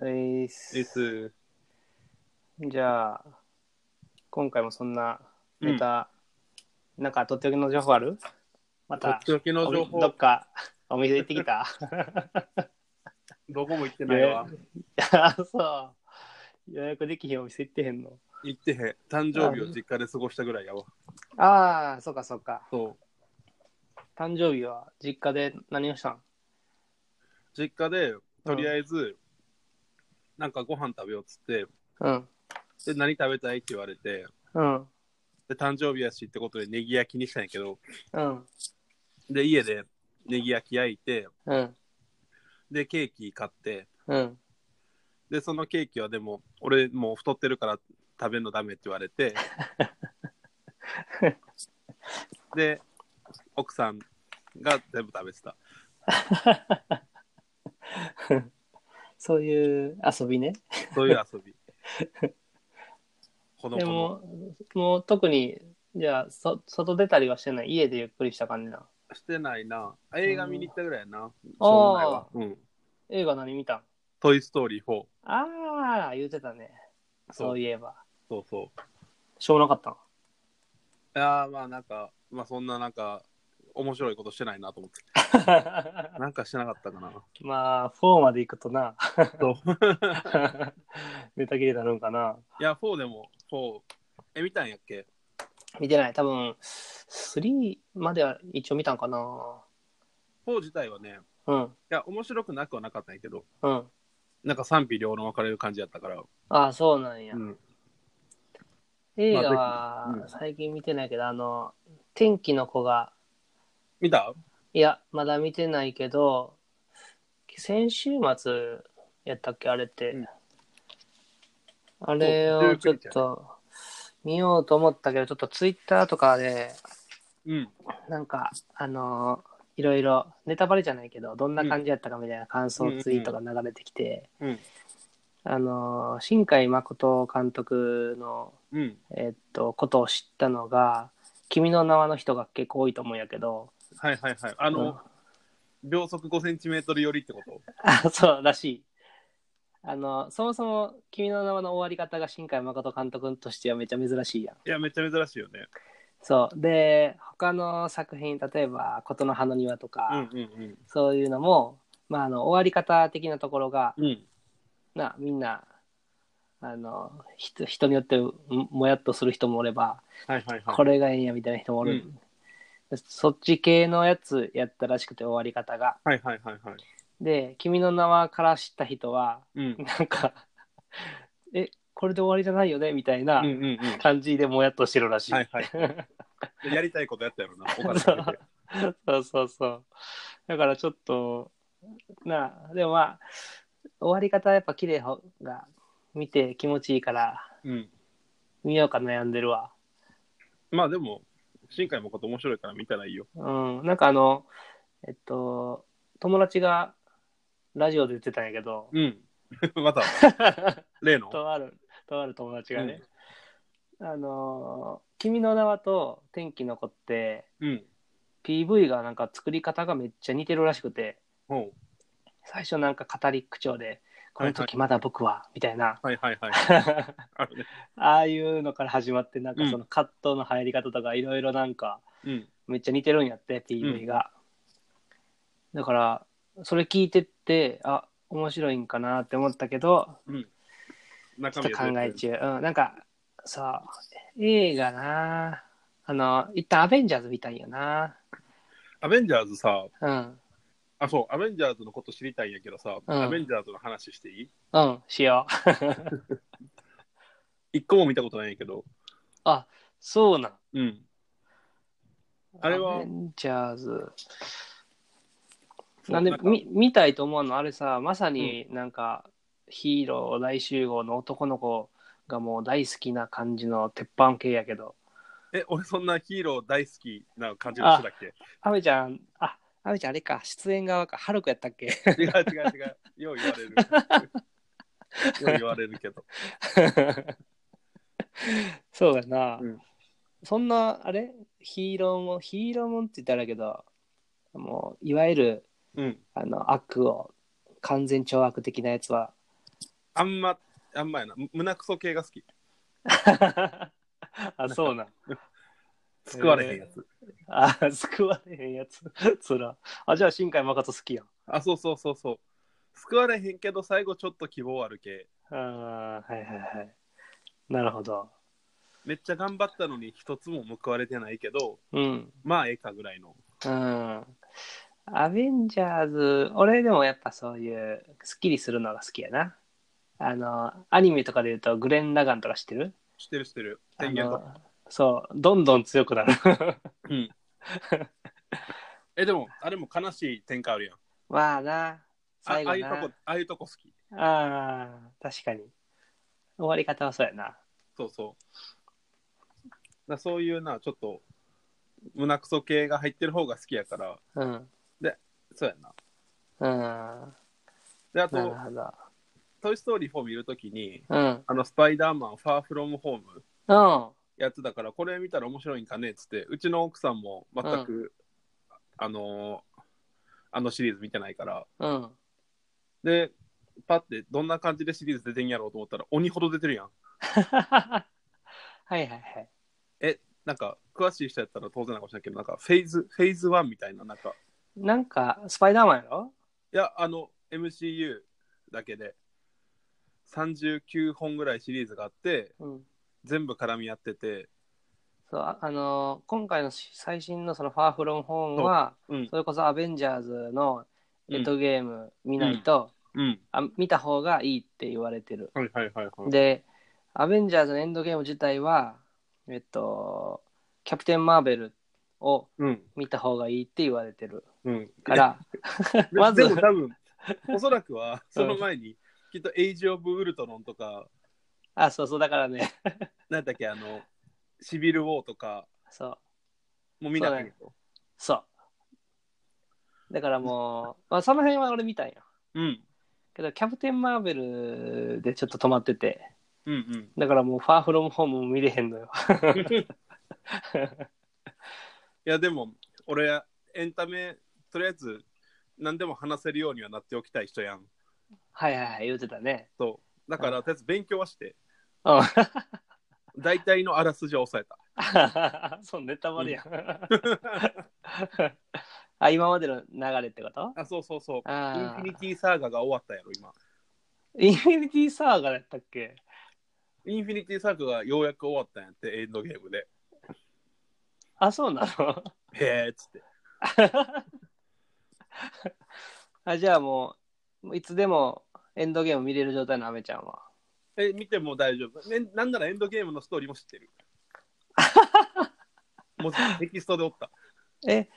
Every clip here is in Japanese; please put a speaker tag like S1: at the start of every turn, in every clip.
S1: ういっす
S2: です。
S1: じゃあ、今回もそんなネタ、なんかとっておきの情報あるま、
S2: とったちおきの
S1: おみ
S2: 情報、
S1: どっかお店行ってきた
S2: どこも行ってないわ。
S1: あ、そう。予約できひんお店行ってへんの。
S2: 行ってへん。誕生日を実家で過ごしたぐらいやわ。
S1: ああ、そうかそうか。
S2: そう。
S1: 誕生日は実家で何をしたん
S2: 実家で、とりあえず、なんかご飯食べようっつって、
S1: うん。
S2: で、何食べたいって言われて、
S1: うん。
S2: で、誕生日やしってことでネギ焼きにしたんやけど、
S1: うん。
S2: で、家でネギ焼き焼いて、
S1: うん。
S2: で、ケーキ買って、
S1: うん。
S2: で、そのケーキはでも、俺もう太ってるから食べるのダメって言われて、 で、奥さんが全部食べてた。
S1: そういう遊びね。
S2: そういう 遊び。子供
S1: で
S2: も
S1: も、もう特に、じゃあ、そ外出たりはしてない。家でゆっくりした感じな。
S2: してないな。映画見に行ったぐらいやな。し
S1: あー
S2: ょうもないわ。うん。
S1: 映画何見たん
S2: トイ・ストーリー4。
S1: ああ、言うてたね。
S2: そ
S1: そうういえば。
S2: そうそう。
S1: しょうもなかったん
S2: いやーまあなんか、まあそんななんか、面白いことしてないなと 思って。 なんかしてなかったかな。
S1: まあ、4まで行くとな。
S2: そう。
S1: ネタ切れになるんかな。
S2: いや、4でも、4。え、見たんやっけ
S1: 見てない。多分、3までは一応見たんかな。
S2: ?4 自体はね、
S1: うん。
S2: いや、面白くなくはなかったんやけど、
S1: うん。
S2: なんか賛否両論分かれる感じやったから。
S1: ああ、そうなんや。
S2: うん。
S1: 映画
S2: まあう
S1: は
S2: ん
S1: 最近見てないけど、あの、天気の子が、
S2: 見た
S1: いや、まだ見てないけど、先週末やったっけ、あれって。
S2: うん
S1: あれをちょっと見ようと思ったけど、ちょっとツイッターとかで、
S2: うん。
S1: なんか、あのーいろいろ、ネタバレじゃないけど、どんな感じやったかみたいな感想ツイートが流れてきて、
S2: うん。
S1: あのー新海誠監督の、
S2: うん。
S1: えっと、ことを知ったのが、君の名はの人が結構多いと思うんやけど、
S2: はいはいはい。あ
S1: うん
S2: の、秒速5センチメートル寄りってこと
S1: あ そうらしい。あの、そもそも、君の名はの終わり方が新海誠監督としてはめちゃ珍しいやん。
S2: いや、めっちゃ珍しいよね。
S1: そう。で、他の作品、例えば、琴の葉の庭とか、
S2: うんうん
S1: そういうのも、まあ、あの、終わり方的なところが、
S2: うん。うん。
S1: な、みんな、あの、人人によってももやっとする人もおれば、
S2: はいはいはい。
S1: これがええんやみたいな人もおる、そっち系のやつやったらしくて、終わり方が。
S2: はいはいはいはい。
S1: で、君の名はから知った人は、
S2: うん。
S1: なんか、え、これで終わりじゃないよねみたい
S2: うん
S1: な
S2: うんうん。は
S1: 感じでもやっとしてるらしい。
S2: いはい。やりたいことやったやろな、お金かけて。
S1: そうそうそう。だからちょっと、なあ、でもまあ、終わり方やっぱ綺麗ほが見て気持ちいいから、
S2: うん。
S1: 見ようか悩んでるわ。
S2: まあでも、新海誠面白いから見たら いいよ。
S1: うん、なんかあの、えっと、友達がラジオで言ってたんやけど、
S2: うん。 ま た、例の。
S1: とある、とある友達がね、あの、君の名はと天気の子って、
S2: うん。
S1: PV がなんか作り方がめっちゃ似てるらしくて
S2: ほ
S1: 最初なんか語り口調で「この
S2: はい
S1: 時まだ僕は」みたいな
S2: う。はい はいはい。あるね。
S1: ああいうのから始まってなん
S2: う
S1: か
S2: ん
S1: そのカットの入り方とかいろいろなんか
S2: うん。
S1: めっちゃ似てるんやって PV が、だからそれ聞いてってあ面白いんかなって思ったけど
S2: うん。
S1: ち
S2: 中
S1: ょっと
S2: 身は
S1: 考え
S2: 全然
S1: 中、うん、なんかそう映画なあの一旦アベンジャーズ見たいよな
S2: アベンジャーズさ、
S1: うん
S2: あ、そう、アベンジャーズのこと知りたいんやけどさ、
S1: うん
S2: アベンジャーズの話していい
S1: うんしよう
S2: 一個も見たことないんやけど。
S1: あそうなん
S2: うん。あれは
S1: アベンジャーズ。
S2: そう
S1: なんで
S2: なんか
S1: み見たいと思うのあれさまさになんか、ヒーロー大集合の男の子がもう大好きな感じの鉄板系やけど
S2: え、俺そんなヒーロー大好きな感じの人だっけ
S1: アメちゃんあアメちゃんあれか出演側かハルクやったっ け
S2: 違う違う違う。よう言われる。よう言われるけど。
S1: そうやな、
S2: うん
S1: そんなあれヒーローもヒーローもんって言ったらあれやけどもういわゆる
S2: うん。
S1: あの悪を完全懲悪的なやつは
S2: あんま、あんまやな。胸くそ系が好き。
S1: あ、そうなん。
S2: 救われへんやつ。
S1: あ、救われへんやつ。 つら。あ、じゃあ、新海誠好きやん。
S2: あ、そうそうそうそう。救われへんけど、最後ちょっと希望ある系。
S1: あーはいはいはい。なるほど。
S2: めっちゃ頑張ったのに一つも報われてないけど、
S1: うん。
S2: まあええかぐらいの。
S1: うん。アベンジャーズ、俺でもやっぱそういう、スッキリするのが好きやな。あの、アニメとかで言うと、グレン・ラガンとか知ってる
S2: 知ってる知ってる。
S1: あ
S2: 天元とか。
S1: のそう、どんどん強くなる。
S2: うん。え、でも、あれも悲しい展開あるやん。
S1: まあな、
S2: あ
S1: 最
S2: ああ
S1: 後
S2: いう
S1: な。
S2: とこ、ああいうとこ好き。
S1: ああ、確かに。終わり方はそうやな。
S2: そうそう。だそういうな、ちょっと、胸くそ系が入ってる方が好きやから、
S1: うん。
S2: そうやな。
S1: うん。
S2: で、
S1: な
S2: あ
S1: る
S2: と、
S1: ほど。
S2: トイ・ストーリー4見るときに、
S1: うん。
S2: あの、スパイダーマン、ファーフロムホーム
S1: うん。
S2: やってたから、これ見たら面白いんかねっつって、うちの奥さんも全く、あのーあのシリーズ見てないから、
S1: うん。
S2: で、パってどんな感じでシリーズ出てんやろうと思ったら、鬼ほど出てるやん。
S1: はいはいはい。
S2: なんか、詳しい人やったら当然なのかもしれないけど、なんか、フェーズ、フェーズ1みたいな、なんか、
S1: なんか、スパイダーマンやろ
S2: いや、あの、MCU だけで、39本ぐらいシリーズがあって、
S1: うん。
S2: 全部絡み合ってて、
S1: そう、ああのー今回の最新のそのファーフロンホームは、
S2: うん、
S1: それこそアベンジャーズの
S2: うん
S1: エトゲーム見ないと、
S2: うん。
S1: あ、見た方がいいって言われてる。
S2: はいはいはいはい。
S1: で、アベンジャーズのエンドゲーム自体は、えっと、キャプテン・マーベルを
S2: うん、
S1: 見た方がいいって言われてる
S2: うん。
S1: から、
S2: で
S1: まず
S2: でも多 分、おそらくは、その前に、きっと、エイジ・オブ・ウルトロンとか、
S1: あ、そうそう、だからね、
S2: なんだっけ、あの、シビル・ウォーとか、
S1: そう、
S2: もう見なかったけど。
S1: そう。だからもう、まあ、その辺は俺見たんよ。
S2: うん、
S1: けど、キャプテン・マーベルでちょっと止まってて、
S2: うん、うん。
S1: だからもう、ファーフロムホームも見れへんのよ。
S2: いやでも俺エンタメとりあえず何でも話せるようにはなっておきたい人やん
S1: はいはいはい、言うてたね。
S2: そうだからとりあえず勉強はして
S1: うん。
S2: 大体のあらすじは抑えた
S1: そう、ネタバレやん。あ、今までの流れってこと
S2: あそうそうそうイン
S1: あ
S2: フィニ
S1: ー
S2: ティサーガが終わったやろ今
S1: インフィニティサーガだったっけ
S2: インフィニティサーガがようやく終わったんやってエンドゲームで
S1: あ、そうなの
S2: へえっつって
S1: あじゃあもう、もういつでもエンドゲーム見れる状態のアメちゃんは。
S2: え見ても大丈夫、ね、なんならエンドゲームのストーリーも 知ってるもうテキストでおった
S1: え、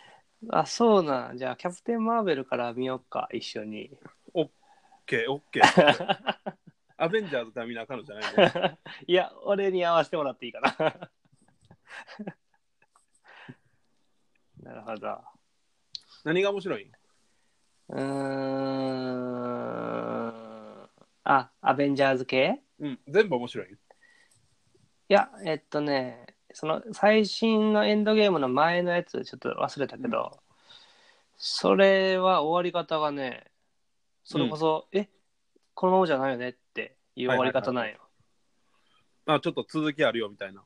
S1: あ、そうなん。じゃあ、キャプテン・マーベルから見よっか、一緒に。
S2: オッケーオッケー アベンジャーズとはみんなあかんのじゃないの
S1: いや、俺に合わせてもらっていいかな。 なるほど。
S2: 何が面白い
S1: うんあ、アベンジャーズ系
S2: うん、全部面白い。
S1: いや、えっとね、その最新のエンドゲームの前のやつ、ちょっと忘れたけど、それは終わり方がね、それこそ、え、このままじゃないよねっていう終わり方なんよ。
S2: はいはいはいあ、ちょっと続きあるよみたいな。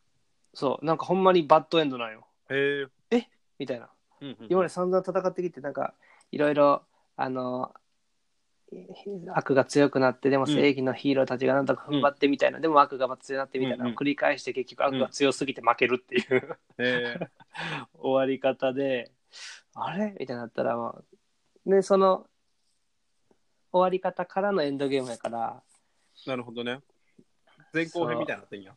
S1: そう、なんかほんまにバッドエンドなんよ、
S2: へえ。
S1: みたいな。
S2: うんうん
S1: 今まで散々戦ってきてなんかいろいろあの悪が強くなってでも正義のヒーローたちがなんとか踏ん張ってみたいな、でも悪が強くなってみたいなのを繰り返して結局悪が強すぎて負けるっていう、
S2: へえ。
S1: 終わり方であれみたいになったらもうでその終わり方からのエンドゲームやから
S2: なるほどね。前後編みたいになってんや。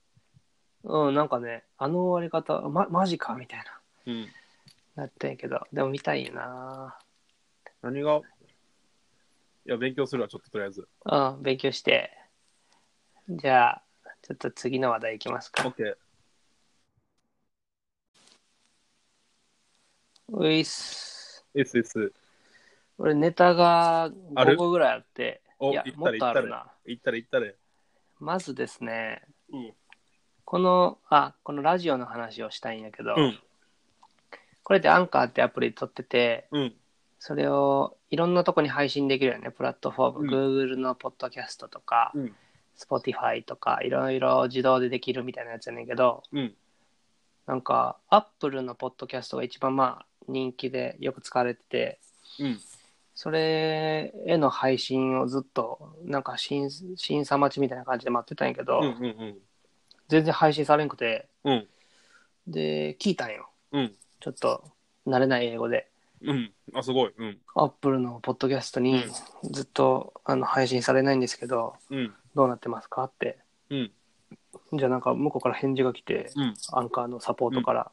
S1: うんなんかねあの終わり方まマジかみたいな
S2: うん。
S1: なったんやけどでも見たいよな
S2: 何が。いや、勉強するわ、ちょっととりあえず。
S1: うん、勉強して。じゃあ、ちょっと次の話題いきます
S2: オッ
S1: か。
S2: ケー。
S1: ういっす。
S2: いいっすいいっす。
S1: 俺、ネタが
S2: ある
S1: 5個ぐらいあって、
S2: お
S1: いや
S2: いっ、
S1: も
S2: た
S1: っ
S2: れ
S1: とあるな。
S2: 行ったれ行ったれ。
S1: まずですね、
S2: うん。
S1: この、あ、このラジオの話をしたいんやけど、
S2: うん。
S1: これでアンカーってアプリ取ってて、
S2: うん。
S1: それをいろんなとこに配信できるよね、プラットフォーム。
S2: うん
S1: Google のポッドキャストとか、
S2: うん。
S1: Spotify とかいろいろ自動でできるみたいなやつやねんけど、
S2: うん。
S1: なんか Apple のポッドキャストが一番まあ人気でよく使われてて、
S2: うん。
S1: それへの配信をずっとなんか審審査待ちみたいな感じで待ってたんやけど、
S2: うん。うん。
S1: 全然配信されんくて、
S2: うん。
S1: で、聞いたんよ。
S2: うん。
S1: ちょっと慣れない英語で。
S2: うん。あ、すごい。うん。
S1: Apple のポッドキャストにずっとあの配信されないんですけど、
S2: うん。
S1: どうなってますかって。
S2: うん。
S1: じゃあなんか向こうから返事が来て、
S2: うん。
S1: アンカーのサポートから、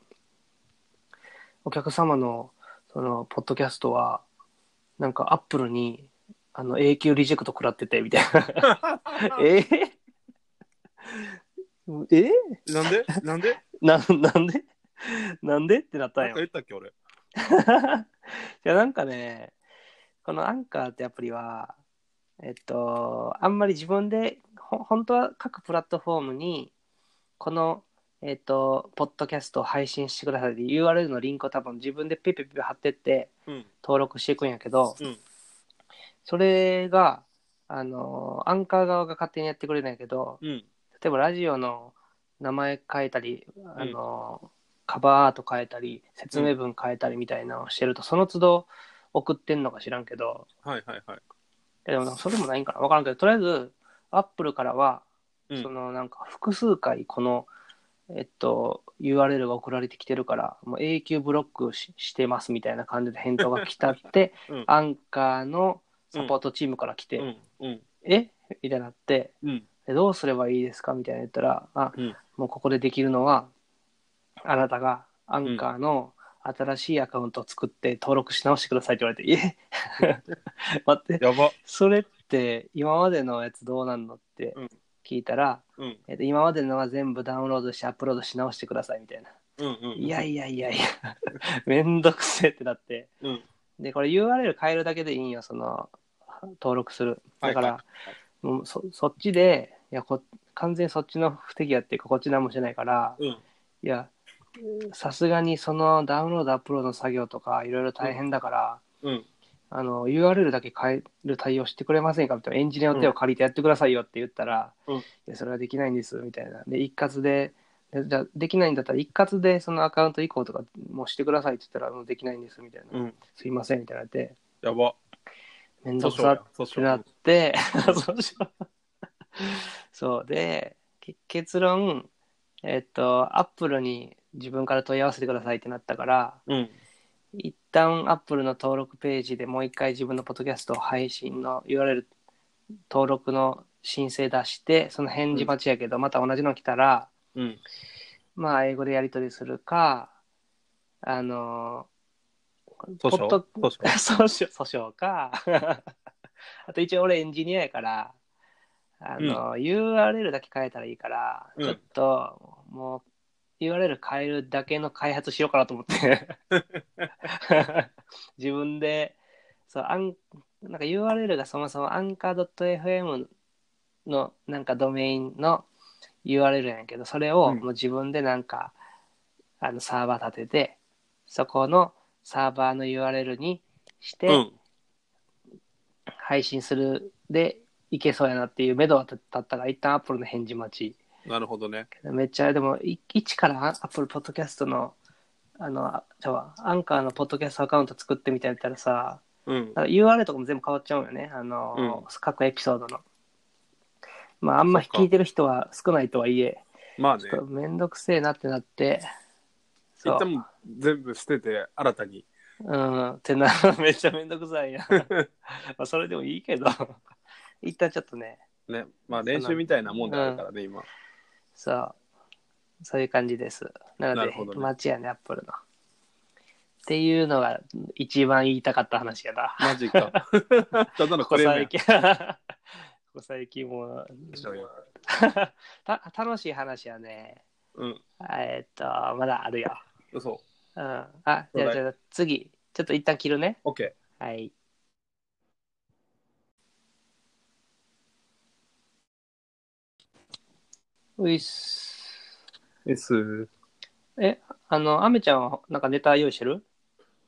S1: お客様のそのポッドキャストはなんかアップルにあの永久リジェクト食らっててみたいな えー、え
S2: なんでなんで
S1: ななんで なんでってなったん
S2: なんか
S1: よ
S2: 言ったっけ俺。
S1: いやなんかねこのアンカーってアプリはえっとあんまり自分でほ本当は各プラットフォームにこのえっとポッドキャストを配信してくださいって URL のリンクを多分自分でピピピピ貼ってって
S2: うん。
S1: 登録していくんやけど
S2: うん。
S1: それがあのアンカー側が勝手にやってくれないけど
S2: うん。
S1: 例えばラジオの名前変えたりあの、カバーアート変えたり説明文変えたりみたいなのをしてると、その都度送ってんのか知らんけど
S2: はいはいはい。
S1: いやでもなんかそれもないんかな分からんけどとりあえずアップルからは、
S2: うん
S1: そのなんか複数回このえっと URL が送られてきてるからもう永久ブロックししてますみたいな感じで返答が来たって、
S2: うん
S1: アンカーのサポートチームから来て、
S2: うん。うん。
S1: えみたいになって
S2: うん。
S1: でどうすればいいですかみたいな言ったら、あ、
S2: うん
S1: もうここでできるのは、あなたがアンカーの新しいアカウントを作って登録し直してくださいって言われて、え 待って、
S2: やば。
S1: それって今までのやつどうなんのって
S2: うん
S1: 聞いたら、
S2: うん。
S1: えっと、今までのは全部ダウンロードしてアップロードし直してくださいみたいな。
S2: うん。うん。
S1: いやいやいやいや、めんどくせえってなって。
S2: うん。
S1: で、これ URL 変えるだけでいいんよ、その、登録する。だから、
S2: は
S1: もうそそっちでいやこ完全にそっちの不手際っていうかこっち何もしてないから
S2: いはい。
S1: い
S2: うん。
S1: やさすがにそのダウンロードアップロードの作業とかいろいろ大変だから、
S2: うん。
S1: あの URL だけ変える対応してくれませんかみたいなエンジニアの手を借りてやってくださいよって言ったら、
S2: うん
S1: いやそれはできないんですみたいなで一括ででじゃあできないんだったら一括でそのアカウント移行とかもうしてくださいって言ったらもうできないんですみたいな、
S2: うん。
S1: すいませんみたいなって
S2: やば。
S1: 面
S2: 訴
S1: 倒く
S2: 訟
S1: さ
S2: や。訴
S1: ってなっ
S2: 訟。
S1: て、 そうしようそうでけ結論えっとアップルに自分から問い合わせてくださいってなったから
S2: うん。
S1: 一旦アップルの登録ページでもう一回自分のポッドキャスト配信の URL 登録の申請出してその返事待ちやけど、また同じの来たら
S2: うん。
S1: まあ英語でやり取りするかあの
S2: 訴
S1: ポッ
S2: 訟
S1: ド
S2: 訴訟。
S1: 訴訟 訴訟かあと一応俺エンジニアやからあの、URL だけ変えたらいいから、
S2: うん
S1: ちょっともう URL 変えるだけの開発しようかなと思って 自分でそうアンなんか URL がそもそもアンカー .fm のなんかドメインの URL やんやけどそれを
S2: うん
S1: もう自分でなんか、あのサーバー立ててそこのサーバーの URL にして、
S2: うん。
S1: 配信するでいけそうやなっていう目処は立ったら一旦アップルの返事待ち
S2: なるほどね。
S1: めっちゃでもい一からアップルポッドキャストのあのあじゃあアンカーのポッドキャストアカウント作ってみたいなやったらさ
S2: うん。
S1: なんか URL とかも全部変わっちゃうよねあの、各エピソードのまああんま
S2: そっか
S1: 聞いてる人は少ないとはいえ
S2: まあね
S1: ち。ょっと面倒くせえなってなって
S2: 一
S1: そう
S2: 旦もう全部捨てて、新たに。
S1: うん、ってな、めっちゃめんどくさ いやん。まあそれでもいいけど、一旦ちょっとね、
S2: ね。まあ練習みたいなもんであるからね、今。
S1: そう、そういう感じです。なの
S2: な
S1: で、
S2: るほどね
S1: 街やね、アップルの。っていうのが一番言いたかった話やな。
S2: マ ジか。ただ
S1: こ
S2: のク
S1: こ
S2: レームや
S1: 最近、 ここ最近も
S2: そうよ、
S1: た楽しい話はね、
S2: うん。
S1: えーっと、まだあるよ。
S2: 嘘。
S1: うん。あ、じゃあ、じゃあ次、ちょっと一旦切るね。
S2: OK。
S1: はい。ういっす。
S2: S。
S1: あの、アメちゃんはなんかネタ用意してる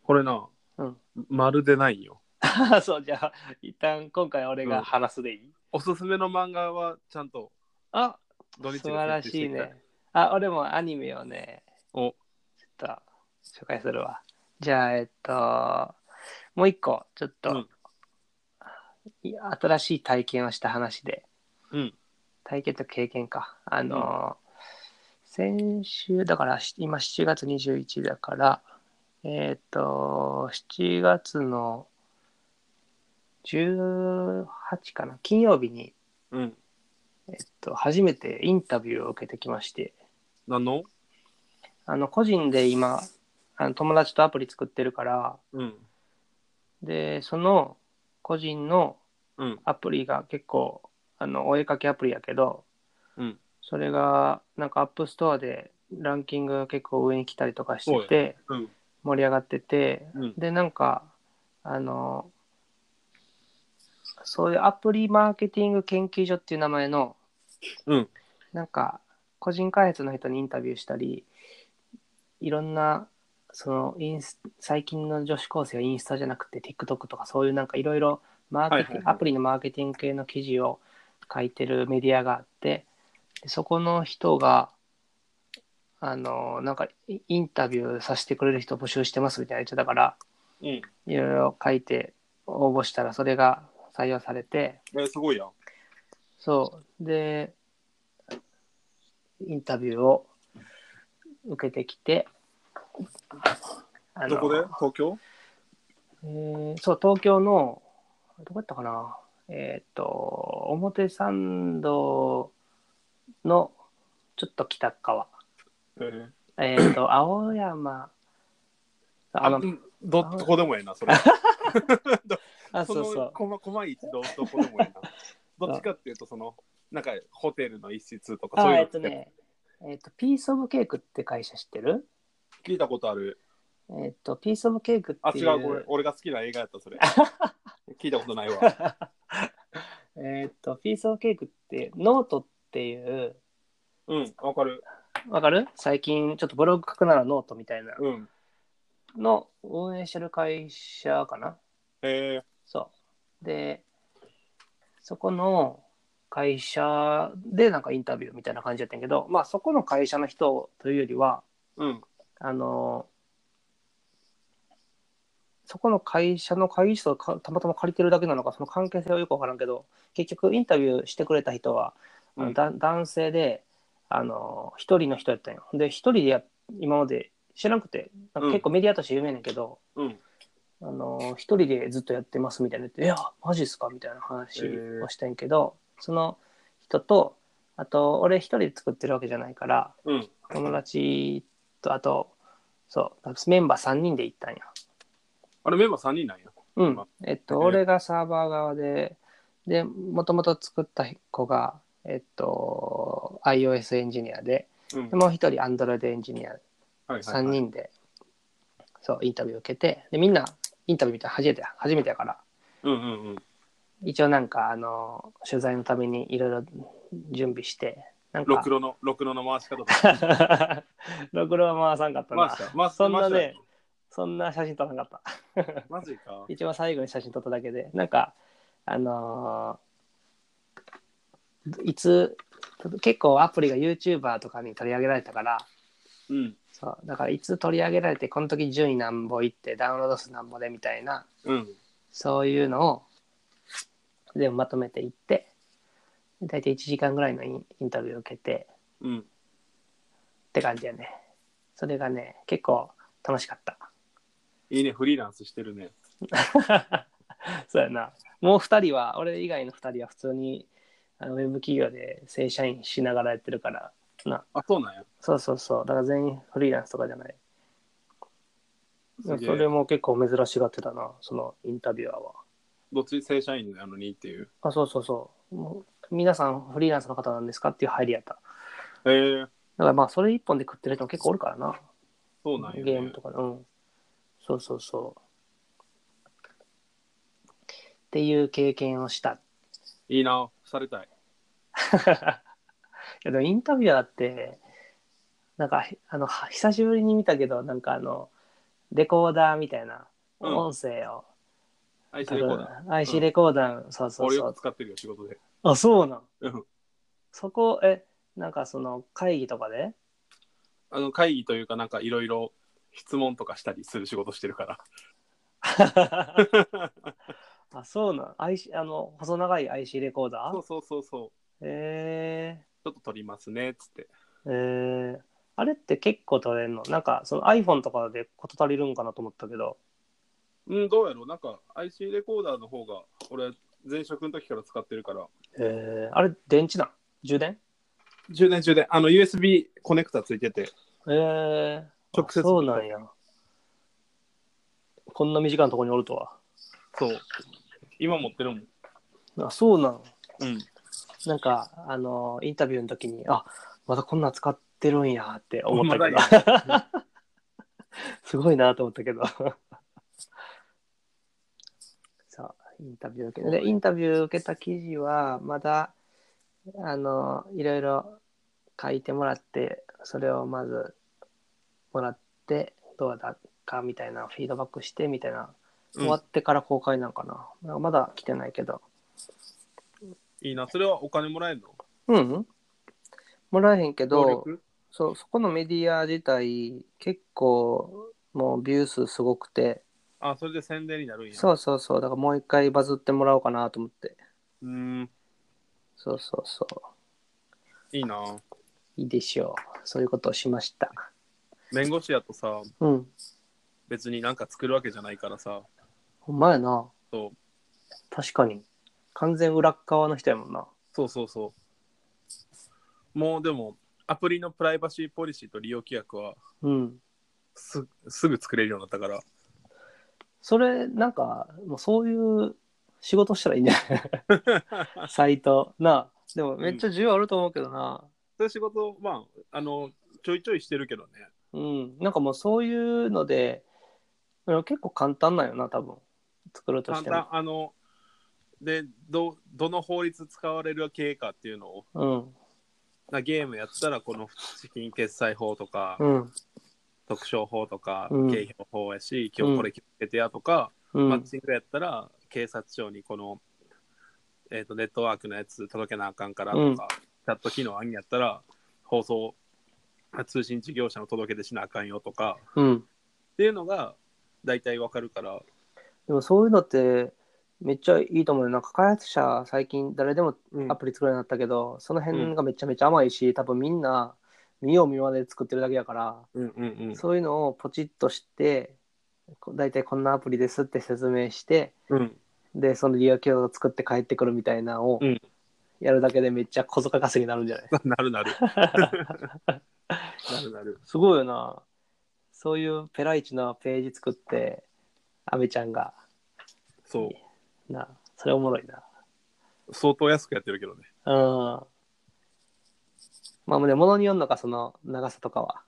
S2: これな、
S1: うん
S2: まるでないよ。
S1: ああ、 そう、じゃあ、一旦今回俺が話すでいい、
S2: おすすめの漫画はちゃんと
S1: あ
S2: 土日
S1: 素晴ら
S2: が設定
S1: しい
S2: てきた
S1: ね。。あ、俺もアニメをね、
S2: お、
S1: ちょっと紹介するわ。じゃあ、えっと、もう一個、ちょっと、
S2: うん
S1: い新しい体験をした話で、
S2: うん。
S1: 体験と経験か。あの、先週、だから、し今7月21だから、えっと、7月の18かな、金曜日に、
S2: うん。
S1: えっと、初めてインタビューを受けてきまして、
S2: 何の
S1: あの個人で今あの友達とアプリ作ってるから
S2: うん。
S1: でその個人の
S2: うん。
S1: アプリが結構あのお絵かきアプリやけど
S2: うん。
S1: それがなんかアップストアでランキングが結構上に来たりとかしてて
S2: うん。
S1: 盛り上がってて
S2: うん。
S1: でなんかあのそういうアプリマーケティング研究所っていう名前の
S2: うん。
S1: なんか個人開発の人にインタビューしたりいろんなそのインス最近の女子高生はインスタじゃなくて TikTok とかそういうなんかいろいろマーケティング
S2: はいはいはい
S1: アプリのマーケティング系の記事を書いてるメディアがあってでそこの人があのなんかイインタビューさせてくれる人募集してますみたいな人だから
S2: うん。
S1: いろいろ書いて応募したらそれが採用されて
S2: え、すごいやん。
S1: そう。で、インタビューを受けてきて、あの
S2: どこで東京
S1: えーそう、東京の、どこやったかなえーっ、と、表参道のちょっと北側。
S2: ええ。
S1: えーっ、 と、青山。あ
S2: あ
S1: の
S2: の、ど、どこでもええな、それ。
S1: あ、
S2: そ
S1: そうそ
S2: の
S1: う。
S2: こま、こまいちど、どこでも ええな。どっちかっていうと、その、なんか、ホテルの一室とか、そ
S1: あ、
S2: ういう
S1: え
S2: の
S1: ー
S2: っ
S1: っと
S2: て
S1: ね、えーっ、と、ピースオブケークって会社知ってる
S2: 聞いたことある。
S1: えーっ、と、ピースオブケーク
S2: あ、
S1: って
S2: 違、
S1: いうう。
S2: これ、俺が好きな映画やっ た、それ。聞いたことないわ。
S1: えーっと、ピースオブケークって、ノートっていう、
S2: うん、わかる。
S1: わかる最近ちょっとブログ書くならノートみたいな
S2: うん。
S1: の運営してる会社かな
S2: ええ。
S1: そう。で、そこの会社でなんかインタビューみたいな感じやったんやけど、まあそこの会社の人というよりは、
S2: うん。
S1: あの、そこの会社の会議室をかたまたま借りてるだけなのか、その関係性はよくわからんけど、結局インタビューしてくれた人は、あの
S2: うん
S1: だ男性で、あの、一人の人やったんよ。で、一人でや今まで知らなくて、なんか結構メディアとして有名なんやけど、
S2: うん。
S1: あの、一人でずっとやってますみたいな言って、いや、マジっすかみたいな話をしたんやけど、その人と、あと、俺一人で作ってるわけじゃないから、
S2: うん。
S1: 友達とあとそうメンバー3人で行ったんや
S2: あれ、メンバー3人なんや。
S1: うん
S2: あ
S1: えっ
S2: へ
S1: と
S2: え
S1: 俺がサーバー側ででもともと作った子がえっと iOS エンジニアで
S2: うん
S1: で。もう一人 Android エンジニア
S2: はいはいはい
S1: 3人で、そうインタビュー受けてでみんなインタビューみたいな初めてや初めてやから
S2: うんうんうん。
S1: 一応なんかあの取材のためにいろいろ準備してなん
S2: ろ
S1: か
S2: くろの、ろくろの回し方とか。
S1: ろくろは回さんかった
S2: 回
S1: な
S2: した。回し
S1: そんなね。
S2: 回し
S1: そんな写真撮らなかった
S2: たマジか。
S1: 一番最後に写真撮っただけでなんかあのーいつ結構アプリが YouTuber とかに取り上げられたから
S2: うん。
S1: そうだからいつ取り上げられてこの時順位なんぼいってダウンロード数なんぼでみたいな
S2: うん。
S1: そういうのを全部まとめていって大体1時間ぐらいのインインタビューを受けて
S2: うん。
S1: って感じやねそれがね結構楽しかった
S2: いいね、フリーランスしてるね。
S1: そうやな。もう2人は、俺以外の2人は普通にあのウェブ企業で正社員しながらやってるから、な。
S2: あ、そうなんや。
S1: そうそうそう。だから全員フリーランスとかじゃない。
S2: すげえ
S1: それも結構珍しがってたな、そのインタビュアーは。
S2: どっち正社員なのにっていう。
S1: あ、そうそうそう。もう皆さんフリーランスの方なんですかっていう入りやった。だ
S2: えー、
S1: からまあ、それ一本で食ってる人も結構おるからな。
S2: そうなんや、ね。
S1: ゲームとかでうん。そうそうそう。っていう経験をした
S2: いいな、されたい。
S1: いやでもインタビュアーってなんかへあのは久しぶりに見たけどなんかあのレコーダーみたいな
S2: うん
S1: 音声を
S2: IC レコーダー。
S1: IC レコーダー、そうそう
S2: 俺
S1: そ
S2: よ
S1: う
S2: く。使ってるよ、仕事で。
S1: あ、そうなん。
S2: うん
S1: そこ、え、なんかその会議とか で
S2: あの会議というか、なんかいろいろ質問とかしたりする仕事してるから。
S1: あ、そうなん。IC、あの、細長い IC レコーダー
S2: そうそうそうそう。
S1: え
S2: ちょっと撮りますねっつって。
S1: ー、えー、あれって結構取れんのなんかその iPhone とかでこと足りるんかなと思ったけど。
S2: うん、どうやろうなんか IC レコーダーの方が、俺、前職の時から使ってるから。
S1: えー、あれ電池なん充電
S2: 充電充電。あの、USB コネクタついてて。
S1: えー、あ
S2: 直接
S1: そうなんや。こんな短いとこにおるとは。
S2: そう。今持ってるもん。
S1: あ、そうなん。
S2: うん。
S1: なんか、あの、インタビューの時に、あ、まだこんなん使ってるんやって思ったけど
S2: ま。
S1: すごいなと思ったけど。 さあ、インタビュー受けで、インタビュー受けた記事は、まだ、あの、いろいろ書いてもらって、それをまずもらって、どうだったかみたいな、フィードバックしてみたいな、終わってから公開なんかな。なんかまだ来てないけど。
S2: いいな。それはお金もらえるの
S1: うん。もらえへんけ
S2: 協
S1: ど、
S2: 力
S1: そう、そこのメディア自体、結構、もうビュー数すごくて、
S2: あ、それで宣伝になるんや。
S1: そうそうそう、だからもう一回バズってもらおうかなと思って。
S2: う。うん。
S1: そうそうそう。
S2: いいな。
S1: いいでしょう。そういうことをしました。
S2: 弁護士やとさ、
S1: うん。
S2: 別になんか作るわけじゃないからさ。
S1: ほんまやな。
S2: そう。
S1: 確かに。完全裏っ側の人やもんな。
S2: そうそうそう。もうでも、アプリのプライバシーポリシーと利用規約は
S1: うん。
S2: すすぐ作れるようになったから。
S1: それ、なんか、もうそういう仕事したらいいんじゃないサイト。なあ。でもめっちゃ需要あると思うけどな。
S2: そういう仕事、まあ、あの、ちょいちょいしてるけどね。
S1: うん。なんかもうそういうので、うん結構簡単なんよな、多分。作ると
S2: 簡
S1: しても
S2: 単、。あの、で、ど、どの法律使われる経過っていうのを、
S1: うん。
S2: なゲームやったら、この資金決済法とか、
S1: うん。
S2: 特徴法とか、
S1: うん
S2: 経費法やし、今日これ決めてやとか、
S1: うん。
S2: マッチングやったら、警察庁にこの、えっ、と、ネットワークのやつ届けなあかんからとか、
S1: うん
S2: チャット機能あんやったら、放送、あ通信事業者の届け出しなあかんよとか、
S1: うん。
S2: っていうのが、大体わかるから、
S1: でもそういうのってめっちゃいいと思うよ。なんか開発者最近誰でも
S2: うん
S1: アプリ作るようになったけど、その
S2: うん
S1: 辺がめちゃめちゃ甘いし、多分みんな見よう見まねで作ってるだけやから、
S2: うんうんうん。
S1: そういうのをポチッとして、こ大体こんなアプリですって説明して、
S2: うん、
S1: で、その利用機能を作って帰ってくるみたいなのを
S2: うん
S1: やるだけでめっちゃ小遣い稼ぎになるんじゃない、
S2: なるなる。なるなる。
S1: すごいよな。そういうペライチのページ作って、アメちゃんが、
S2: そう。
S1: な、それおもろいな。
S2: 相当安くやってるけどね。
S1: うん。まあでも物によるのかその長さとかは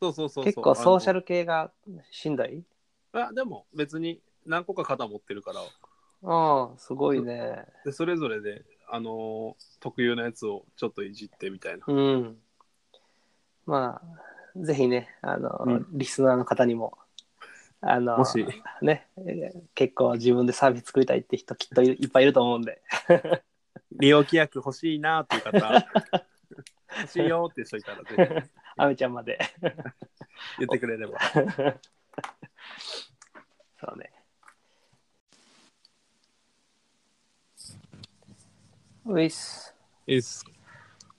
S2: そうそうそうそう。
S1: 結構ソーシャ
S2: ル。
S1: ル系がしんどい
S2: あ、でも別に何個か型持ってるから、
S1: うんすごいね
S2: でそれぞれで、あのー特有のやつをちょっといじってみたいな。
S1: うんまあぜひねあの、
S2: うん
S1: リスナーの方にもあの
S2: もし、
S1: ね結構自分でサービス作りたいって人きっといいっぱいいると思うんで
S2: 利用規約欲しいなっていう 方、欲しいよって人いたらぜ
S1: アメちゃんまで
S2: ひ言ってくれれば。
S1: そうねういっす
S2: いいっす。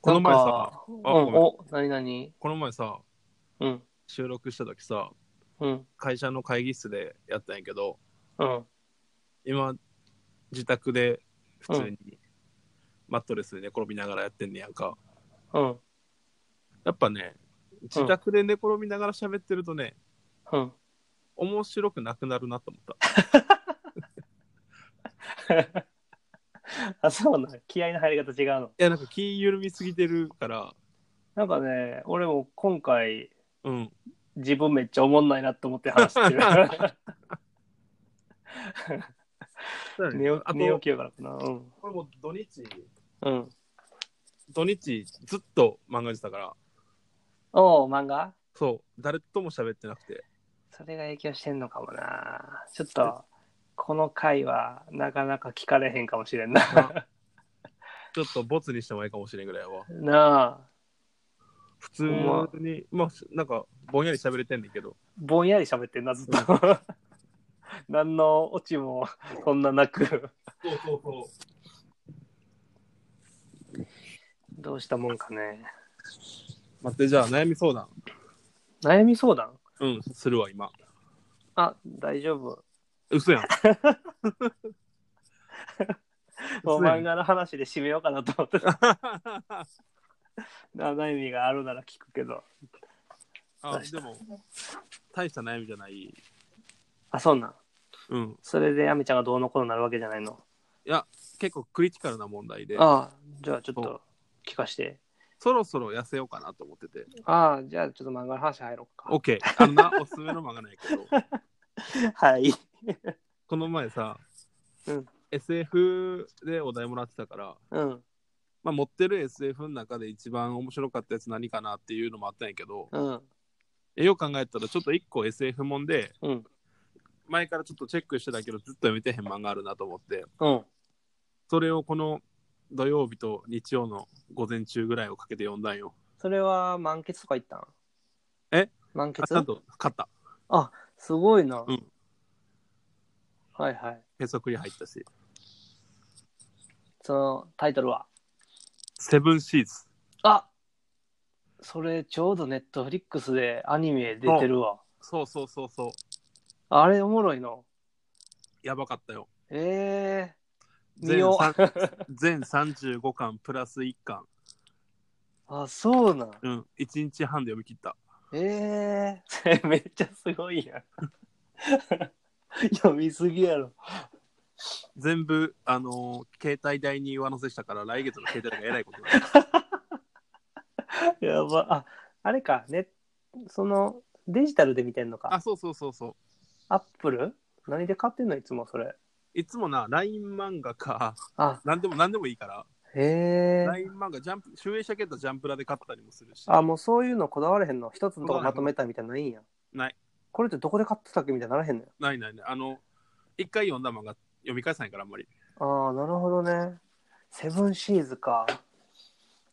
S2: この前さ
S1: なんかうん、
S2: あごめん
S1: お、なになに
S2: この前さ、
S1: うん、
S2: 収録した時さ、
S1: うん、
S2: 会社の会議室でやったんやけど、
S1: うん。
S2: 今、自宅で普通にマットレスで寝転びながらやってんねやんか。
S1: うん。
S2: やっぱね、自宅で寝転びながら喋ってるとね、
S1: うん。
S2: 面白くなくなるなと思った。
S1: あ、そうなの気合の入り方違うの。
S2: いや、なんか気緩みすぎてるから、
S1: なんかね、俺も今回、
S2: うん。
S1: 自分めっちゃおもんないなって思って話してる。 寝起
S2: あ
S1: き寝起
S2: と、
S1: きやからかな。うん。
S2: これも土日、
S1: うん。
S2: 土日ずっと漫画してたから、
S1: おう漫画
S2: そう、誰とも喋ってなくて、
S1: それが影響してんのかもな。ちょっと、この回はなかなか聞かれへんかもしれんな。
S2: ちょっとボツにしてもいいかもしれんぐらいは。
S1: なあ、
S2: 普通に、まあ、なんか、ぼんやり喋れてんねんけど。
S1: ぼんやり喋ってんな、ずっと。 何のオチもそんななく、
S2: そうそうそ
S1: どうしたもんかね。
S2: う。待って、じゃあ悩み相談。
S1: 悩み相談
S2: うん、するわ、今。
S1: あ、大丈夫。
S2: 嘘やん。
S1: もう漫画の話で締めようかなと思 ってた。悩みがあるなら聞くけど。
S2: あ、でも、大した悩みじゃない。
S1: あ、そうなん。
S2: うん。
S1: それで、アミちゃんがどうのこうのなるわけじゃないの。
S2: いや、結構クリティカルな問題で、
S1: ああ、じゃあちょっ
S2: そ
S1: と聞かして。
S2: そろそろ痩せようかなと思ってて。
S1: ああ、じゃあちょっと漫画の話入ろうか。
S2: OK。あんな、おすすめの漫画ない けど、
S1: はい。
S2: この前さ、
S1: うん、
S2: SF でお題もらってたから、
S1: うん、
S2: まあ、持ってる SF の中で一番面白かったやつ何かなっていうのもあったんやけど、
S1: うん、
S2: えよう考えたらちょっと一個 SF もんで、
S1: うん、
S2: 前からちょっとチェックしてたけど、ずっと読めてへん漫画あるなと思って、
S1: うん。
S2: それをこの土曜日と日曜の午前中ぐらいをかけて読んだんよ。
S1: それは満喫とか言ったん
S2: え
S1: 満
S2: あち
S1: 喫
S2: ゃんと買った。
S1: あ、すごいな。
S2: うん
S1: はいはい。
S2: へそくり入ったし。
S1: そのタイトルは
S2: セブンシーズ。
S1: あそれちょうどネットフリックスでアニメ出てるわ。
S2: そうそうそうそう。
S1: あれおもろいの。
S2: やばかったよ。
S1: ええ見
S2: 全
S1: よう。
S2: 3全35巻プラス1巻。
S1: あ、そうなん。
S2: うん。1日半で読み切った。
S1: ええ めっちゃすごいやん。 読みすぎやろ。
S2: 全部、あのー携帯代に上乗せしたから、来月の携帯代がえらいことになる。
S1: やば。あ、あれか。ね、その、デジタルで見てんの
S2: あ、
S1: か。
S2: そうそうそうそう。
S1: アップル何で買ってんのいつもそれ。
S2: いつもな、LINE 漫画か、
S1: あ、
S2: なんでもなんでもいいから、
S1: へえ。
S2: LINE 漫画、ジャンプ、集英社ケットジャンプラで買ったりもするし。
S1: あ、もうそういうのこだわれへんの。一つのとこまとめたみたいなのないんや。
S2: ない。
S1: これってどこで買ってたっけみたいにならへんのよ。
S2: ないないない。あの、一回読んだ漫画読み返さないから、あんまり。
S1: ああ、なるほどね。セブンシーズか。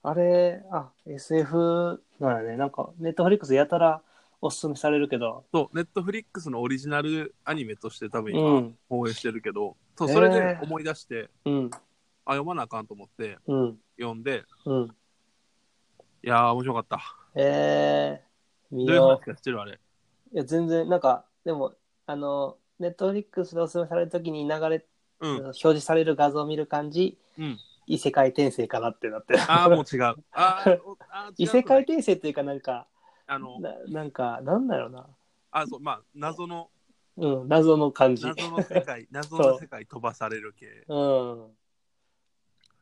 S1: あれ、あ、SF なんやね。なんか、ネットフリックスやたらおすすめされるけど。
S2: そう、ネットフリックスのオリジナルアニメとして多分
S1: う
S2: 今、
S1: ん、
S2: 放映してるけど、そう
S1: へー
S2: それで思い出して、
S1: うん、
S2: あ、読まなあかんと思って
S1: うん、
S2: 読んで、
S1: うん。
S2: いやー、面白かった。
S1: えー、見
S2: どういう話
S1: よ
S2: かしてるあれ。
S1: う。いや、全然、なんか、でも、あの、ネットフリックスでおすすめされるときに流れ、
S2: うん。
S1: 表示される画像を見る感じ、
S2: うん。
S1: 異世界転生かなってなってる。
S2: ああ、もう違う。あーおあー、違う
S1: 異世界転生っていうかなんか、
S2: あの、
S1: ななんか、なんだろうな。
S2: あ、そう、まあ、謎の、
S1: うん、謎の感じ。うん。
S2: 謎の世界、謎の世界飛ばされる系。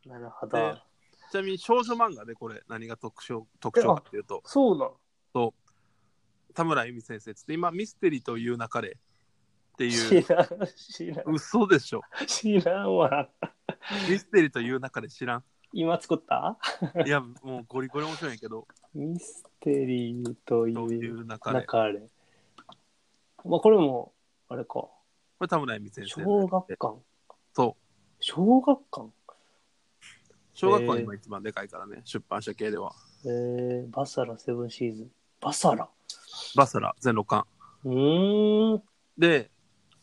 S1: なるほ
S2: で
S1: ど。
S2: ちなみに少女漫画でこれ、何が特徴特徴かっていうと、
S1: そうなん。
S2: 田村由美先生っつって、今、ミステリーという流れっていう、
S1: 知らん、知らん、
S2: 嘘でしょ。
S1: 知らんわ。
S2: ミステリーという中で知らん。
S1: 今作った
S2: いや、もうゴリゴリ面白いんやけど、
S1: ミステリーとい
S2: というう中
S1: 流
S2: で。
S1: れ。
S2: こ
S1: まあ、これも、あれか。
S2: れ田村由美先生。
S1: 小学館。
S2: そう。
S1: 小学館
S2: 小学校は
S1: へー
S2: 今一番でかいからね、出版社系では。
S1: えー、バサラセブンシーズン。バサラ
S2: バサラ、全6巻。
S1: うーん。
S2: で、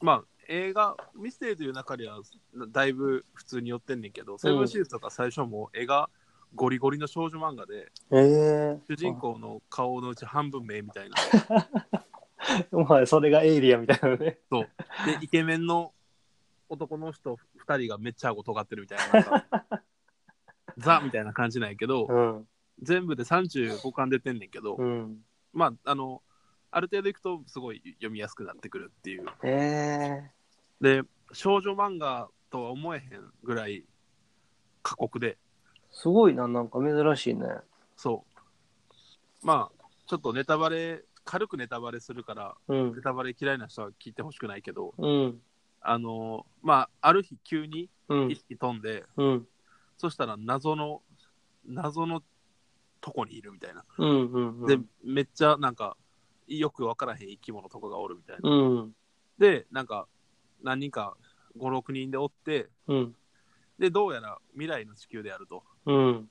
S2: まあ、映画、ミステリーという中では、だいぶ普通に寄ってんねんけど、セブンシーズとか最初もう絵がゴリゴリの少女漫画で、
S1: えー、
S2: 主人公の顔のうち半分目みたいな。
S1: お前、それがエイリアンみたいなね。
S2: で、イケメンの男の人2人がめっちゃ顎尖ってるみたいななんか。 ザみたいな感じなんやけど、
S1: うん。
S2: 全部で35巻出てんねんけど、
S1: うん。
S2: まあ、あの、ある程度いくとすごい読みやすくなってくるっていう。
S1: ええ
S2: で、少女漫画とは思えへんぐらい過酷で、
S1: すごいな、なんか珍しいね。
S2: そう。まあ、ちょっとネタバレ、軽くネタバレするから、
S1: うん
S2: ネ。タバレ嫌いな人は聞いてほしくないけど、
S1: うん。
S2: あの、まあ、ある日急に
S1: う
S2: 意
S1: ん。
S2: 識飛んで、
S1: うん。
S2: そしたら謎の、謎のとこにいるみたいな。
S1: うん。うん。
S2: で、めっちゃなんか、よくわからへん生き物とかがおるみたいな。
S1: うん。
S2: で、なんか、何人か5、6人でおって、
S1: うん。
S2: で、どうやら未来の地球であると。
S1: うん。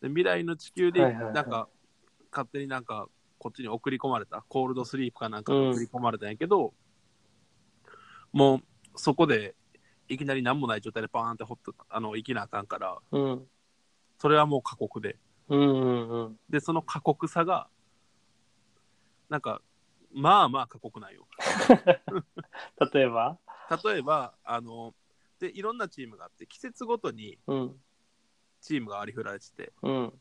S2: で未来の地球で、
S1: はいはいはい
S2: なんか、勝手になんか、こっちに送り込まれた、コールドスリープかなんか
S1: うん
S2: 送り込まれたんやけど、もう、そこで、いきなり何もない状態でバーンってほっと、あの、生きなあかんから、
S1: うん。
S2: それはもう過酷で。
S1: うん。うん。
S2: で、その過酷さが、なんか、まあまあ過酷なんよ。
S1: 例えば
S2: 例えば、あの、で、いろんなチームがあって、季節ごとに
S1: うん。
S2: チームがありふられてて、
S1: うん。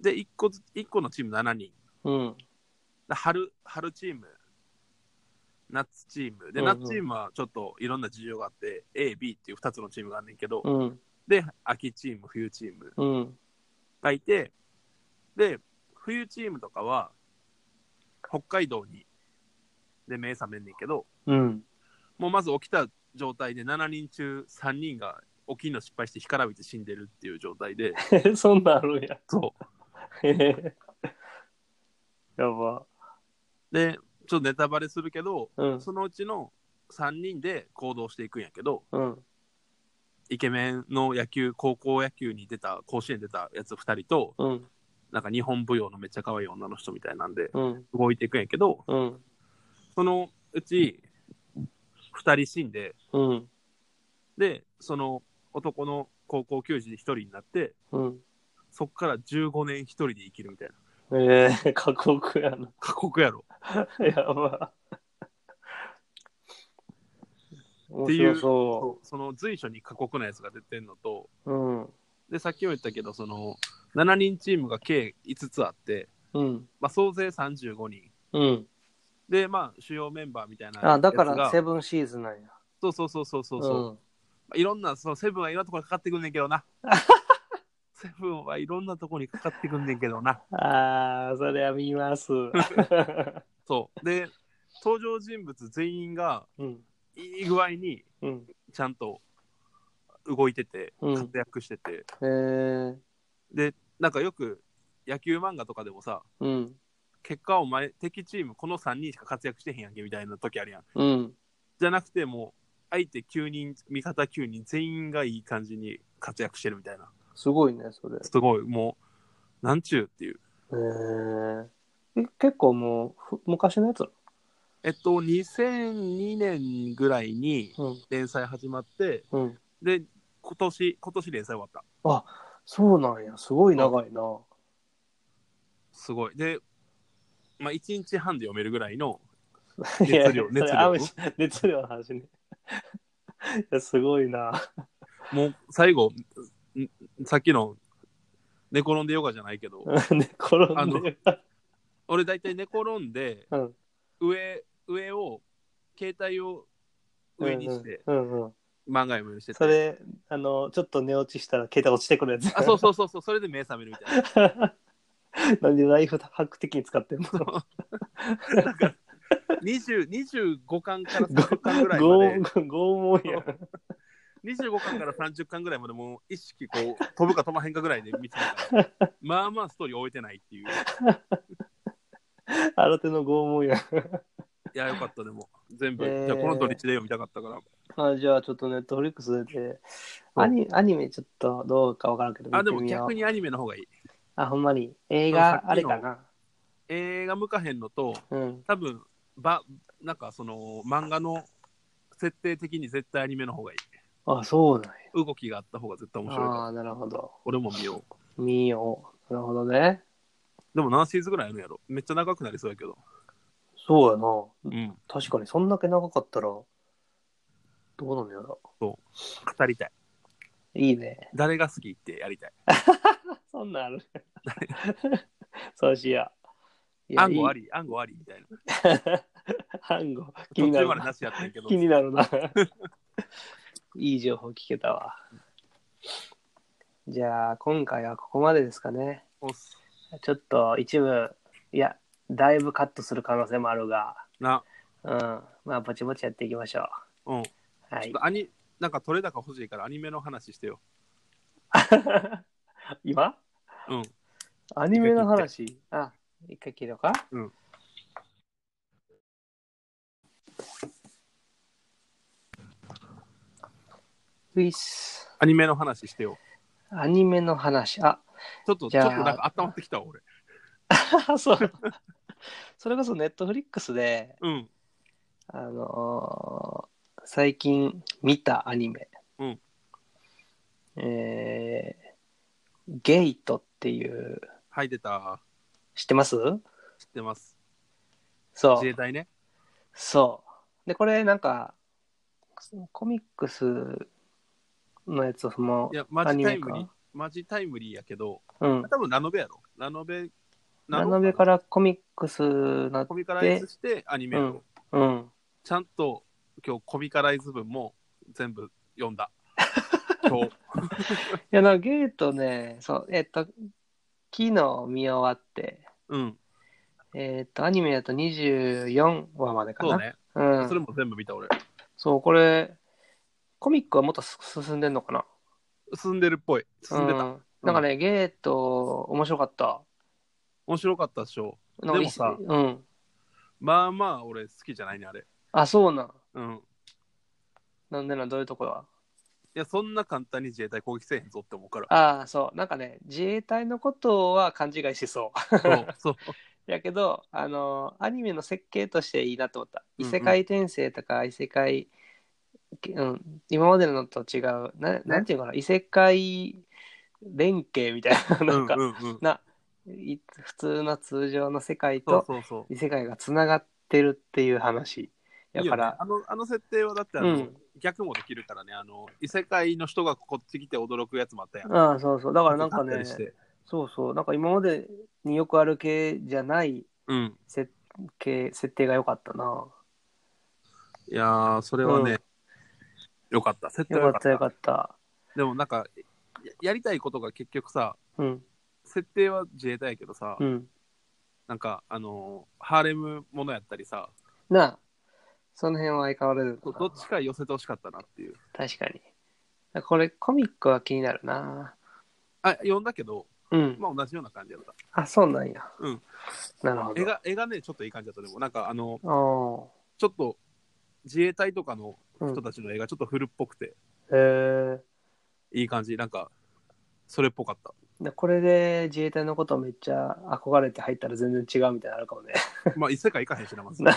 S2: で、1個ず、一個のチーム7人、
S1: うん。
S2: で春、春チーム、夏チーム、で、
S1: うんうん
S2: 夏チームはちょっといろんな事情があって、A、B っていう2つのチームがあんねんけど、
S1: うん。
S2: で、秋チーム、冬チーム
S1: うん。
S2: がいて、で、冬チームとかは、北海道に、で、目覚めんねんけど、
S1: うん。
S2: もうまず起きた状態で7人中3人が起きるの失敗して干からびて死んでるっていう状 態で、
S1: そんなんあるんや。
S2: そ
S1: へへやば。
S2: う。で、ちょっとネタバレするけど、
S1: うん。
S2: そのうちの3人で行動していくんやけど、
S1: うん。
S2: イケメンの野球、高校野球に出た、甲子園出たやつ2人と、
S1: うん。
S2: なんか日本舞踊のめっちゃ可愛い女の人みたいなんで、
S1: うん。
S2: 動いていくんやけど、
S1: うん。
S2: そのうち2人死んで、
S1: うん。
S2: で、その男の高校球児で1人になって、
S1: うん。
S2: そっから15年1人で生きるみたいな。
S1: ええ過酷やな。
S2: 過酷やろ。
S1: やば。面
S2: ていう
S1: 白そ
S2: その随所に過酷なやつが出てんのと、
S1: う。うん。
S2: で、さっきも言ったけど、その、7人チームが計5つあって、
S1: うん。
S2: まあ、総勢35人。
S1: うん。
S2: で、まあ、主要メンバーみたいなやつが。
S1: あ、だからセブンシーズンなんや。
S2: そうそうそうそうそう。うまあいろんな、そのセブンはいろんなところにかかってくんねんけ どな。セブンはいろんなところにかかってくんねんけどな。
S1: うん。ああ、それは見 ます。
S2: そう。で、登場人物全員が
S1: うん。
S2: いい具合に
S1: うん。
S2: ちゃんと動いてて、
S1: うん
S2: 活躍してて、
S1: えー、
S2: で、なんかよく野球漫画とかでもさ、
S1: うん。
S2: 結果お前敵チームこの3人しか活躍してへんやんけみたいな時あるやん
S1: うん。
S2: じゃなくてもう相手9人味方9人全員がいい感じに活躍してるみたいな
S1: すごいね、それ。
S2: すごいもうなんちゅうっていう
S1: えー、え結構もうふ昔のやつな
S2: えっと2002年ぐらいに
S1: の
S2: 連載始まって
S1: うん。うん。
S2: で今年今年連載終わった
S1: そうなんや。すごい長いな。
S2: すごいでまあ1日半で読めるぐらいの
S1: いや
S2: 熱量熱
S1: それ
S2: 量
S1: 雨し熱量の話ね。 いや、すごいな。
S2: もう最後んさっきの寝転んでヨガじゃないけど
S1: 寝転
S2: あ
S1: ん
S2: の
S1: で。
S2: 俺大体寝転んで
S1: うん
S2: 上、上を、携帯を上にして、
S1: うんうんうん。
S2: 漫画読むようにしてて
S1: それ、あの、ちょっと寝落ちしたら携帯落ちてくるやつ。
S2: あ、そうそうそうそう、それで目覚めるみたいな。
S1: なんでライフハック的に使ってんの
S2: 20 25巻から
S1: ご
S2: 30巻ぐらいまで、
S1: 拷問やん。
S2: 25巻から30巻ぐらいまでもう意識こう、飛ぶか飛ばへんかぐらいで見てたから、まあまあストーリー終えてないっていう。い
S1: 新手の拷問やん。
S2: や、よかった、でも。全部。
S1: えー
S2: じゃあこの土日で読みたかったから。
S1: あじゃあちょっとネットフリックスでアニアニメちょっとどうかわからんけど
S2: あ、
S1: 見て
S2: でも
S1: みよう
S2: 逆にアニメの方がいい。
S1: あほんまに映画
S2: あの
S1: あれかな
S2: 映画向かへんのと、
S1: うん
S2: 多分、ば、なんかその、漫画の設定的に絶対アニメの方がいい。
S1: あそうなん
S2: 動きがあった方が絶対面白いから
S1: やあーなるほど
S2: 俺も見よう
S1: 見ようなるほどね
S2: でも何シーズンぐらいあるんやろめっちゃ長くなりそうやけど
S1: そうやな
S2: うん
S1: 確かにそんだけ長かったらどうなんだろ
S2: 語りたいう
S1: いいね
S2: 誰が好きってやりたい
S1: そんなんある そうしよういや
S2: 暗号あ
S1: り
S2: り暗号ありみたいな
S1: 暗号気
S2: 途
S1: にな
S2: 中
S1: る
S2: までなしやったんやけど
S1: 気になるな。いい情報聞けたわ。じゃあ、今回はここまでですかね。
S2: おっす
S1: ちょっと一部、いや、だいぶカットする可能性もあるが、
S2: な
S1: うん、まあ、ぼちぼちやっていきましょ
S2: うんち
S1: う。は
S2: ょっ
S1: い。
S2: とアニなんか取れ高欲しいからアニメの話してよ
S1: 今
S2: うん
S1: アニメの話。あ、一回切ろうか。
S2: うん
S1: ウィス。
S2: アニメの話してよ。
S1: アニメの話。あ、
S2: ちょっと、ち
S1: じ
S2: ょっ
S1: ゃあ
S2: となんか温まってきたわ俺。
S1: そう。それこそネットフリックスで、
S2: うん。
S1: あのー最近見たアニメ。
S2: うん
S1: えー、ゲイトっていう、
S2: はい、出た。
S1: 知ってます
S2: 知ってます。
S1: そ
S2: 自衛
S1: う。
S2: 隊ね。
S1: そう。で、これなんか、コミックスのやつも
S2: い、や、マ
S1: ア
S2: ジ
S1: ニ
S2: タ
S1: メ
S2: イムリー
S1: か。。
S2: マジタイムリーやけど、
S1: うん。
S2: 多分ラノベやろ。ラノベ、
S1: ラノベからコミックスなっ
S2: コミカライズしてアニメを、
S1: うんうん。
S2: ちゃんと今日コミカライズ文も全部読 んだ。今日。
S1: いや、なんかゲートね、そう、えっと、昨日見終わって、
S2: うん。
S1: えっと、アニメだと24話までかな。
S2: そうね。
S1: うん。
S2: それも全部見た俺。
S1: そう、これ、コミックはもっとす進んでんのかな
S2: 進んでるっぽい。進んでた。
S1: うんなんかね、ゲート、面白かった。
S2: 面白かったでしょ。
S1: なんか
S2: でもさ
S1: うん。
S2: まあまあ俺好きじゃないね、あれ。
S1: あ、そうなん。
S2: うん。
S1: なんでなん、どういうとこはい
S2: や、そんな簡単に自衛隊攻撃せえへんぞって思うから。
S1: ああ、そう。なんかね、自衛隊のことは勘違いしそう。
S2: そう、そう。
S1: やけど、あのアニメの設計としていいなと思った。異
S2: うんうん
S1: 世界転生とか異世界、うん今までのと違う、ななんていうのかな、異世界連携みたいな、なんか、
S2: うんうんうん、
S1: ない普通の通常の世界
S2: そう
S1: と
S2: そうそう。
S1: 異世界がつながってるっていう話。だか
S2: いいよね
S1: ら、
S2: あの、あの設定はだってあの、
S1: うん
S2: 逆もできるからね、あの、異世界の人がこっち来て驚くやつもあったやん。
S1: ああ、そうそう。だからなんか
S2: あった
S1: ね
S2: り、して
S1: そうそう。なんか今までによくある系じゃない
S2: うん。
S1: 設計、設定が良かったな。
S2: いやー、それはね、よかった。設定
S1: 良
S2: は
S1: か
S2: よ
S1: っ
S2: かったた。
S1: 良かった。
S2: でもなんか、ややりたいことが結局さ、
S1: うん。
S2: 設定は自衛隊やけどさ、
S1: うん。
S2: なんか、あのーハーレムものやったりさ、
S1: なあ、その辺は相変わらず
S2: どどっちか寄せてほしかったなっていう。
S1: 確かに。これ、コミックは気になるな。
S2: あ、読んだけど、
S1: うん。
S2: まあ同じような感じやった。
S1: あ、そうなんや。
S2: うん。
S1: なるほ
S2: 絵が、絵がね、ちょっといい感じだった。でも、なんかあの、
S1: ど。お
S2: ちょっと、自衛隊とかの
S1: ー。う
S2: 人
S1: ん、へ
S2: たちの絵がちょっと古っぽくて、
S1: え
S2: いい感じ。なんか、それっぽかった。
S1: でこれで自衛隊のことめっちゃ憧れて入ったら全然違うみたいなのあるかもね。
S2: まあ、異世界行かへんしな、まず。
S1: な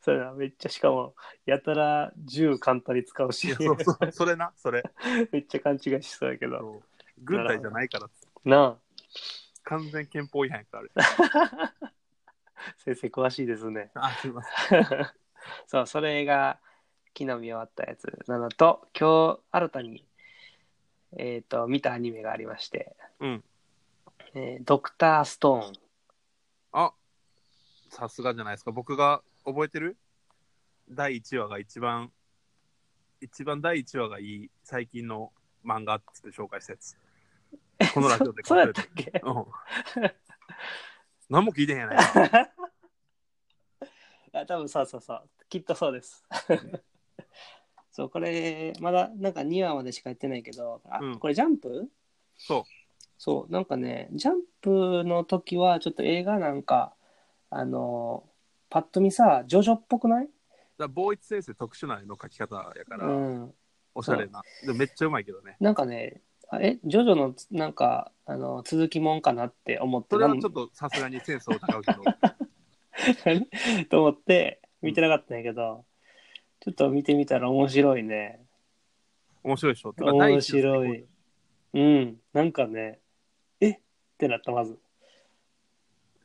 S1: それな、めっちゃしかも、やたら銃簡単に使う
S2: い
S1: し
S2: や、そうそう、それな、それ。
S1: めっちゃ勘違いしそうやけど。
S2: そう軍隊じゃないから、
S1: な
S2: 完全憲法違反やから、あれ。
S1: あ、先生詳しいですね。
S2: あ、すいません。
S1: そう、それが昨日見終わったやつなのと、今日新たに、えっ、と、見たアニメがありまして、
S2: うん
S1: えードクターストーン。
S2: あ、さすがじゃないですか。僕が覚えてる第1話が一番、一番第1話がいい最近の漫画っつって紹介したやつ。このラジオで
S1: そそうやっ
S2: れて
S1: たっけ
S2: うん。何も聞いてへん やないか。
S1: あ多分そうそうそう。きっとそうです。 そう、これ、まだなんか2話までしかやってないけど、あ、
S2: うん
S1: これジャンプ
S2: そう。
S1: そう、なんかね、ジャンプの時はちょっと映画なんか、あのパッと見さ、ジョジョっぽくない
S2: だから坊一先生特殊な絵の描き方やから、
S1: うん。
S2: おしゃれな。でもめっちゃうまいけどね。
S1: なんかね、あえ、ジョジョのつなんか、あの、続きもんかなって思って、
S2: それは
S1: なん
S2: ちょっとさすがにセンスを疑うけど、
S1: と思って見てなかったんやけど、ちょっと見てみたら面白いね。
S2: 面白いでしょ。てか
S1: 面白。
S2: 第一
S1: い。うん、なんかね、えってなった、まず。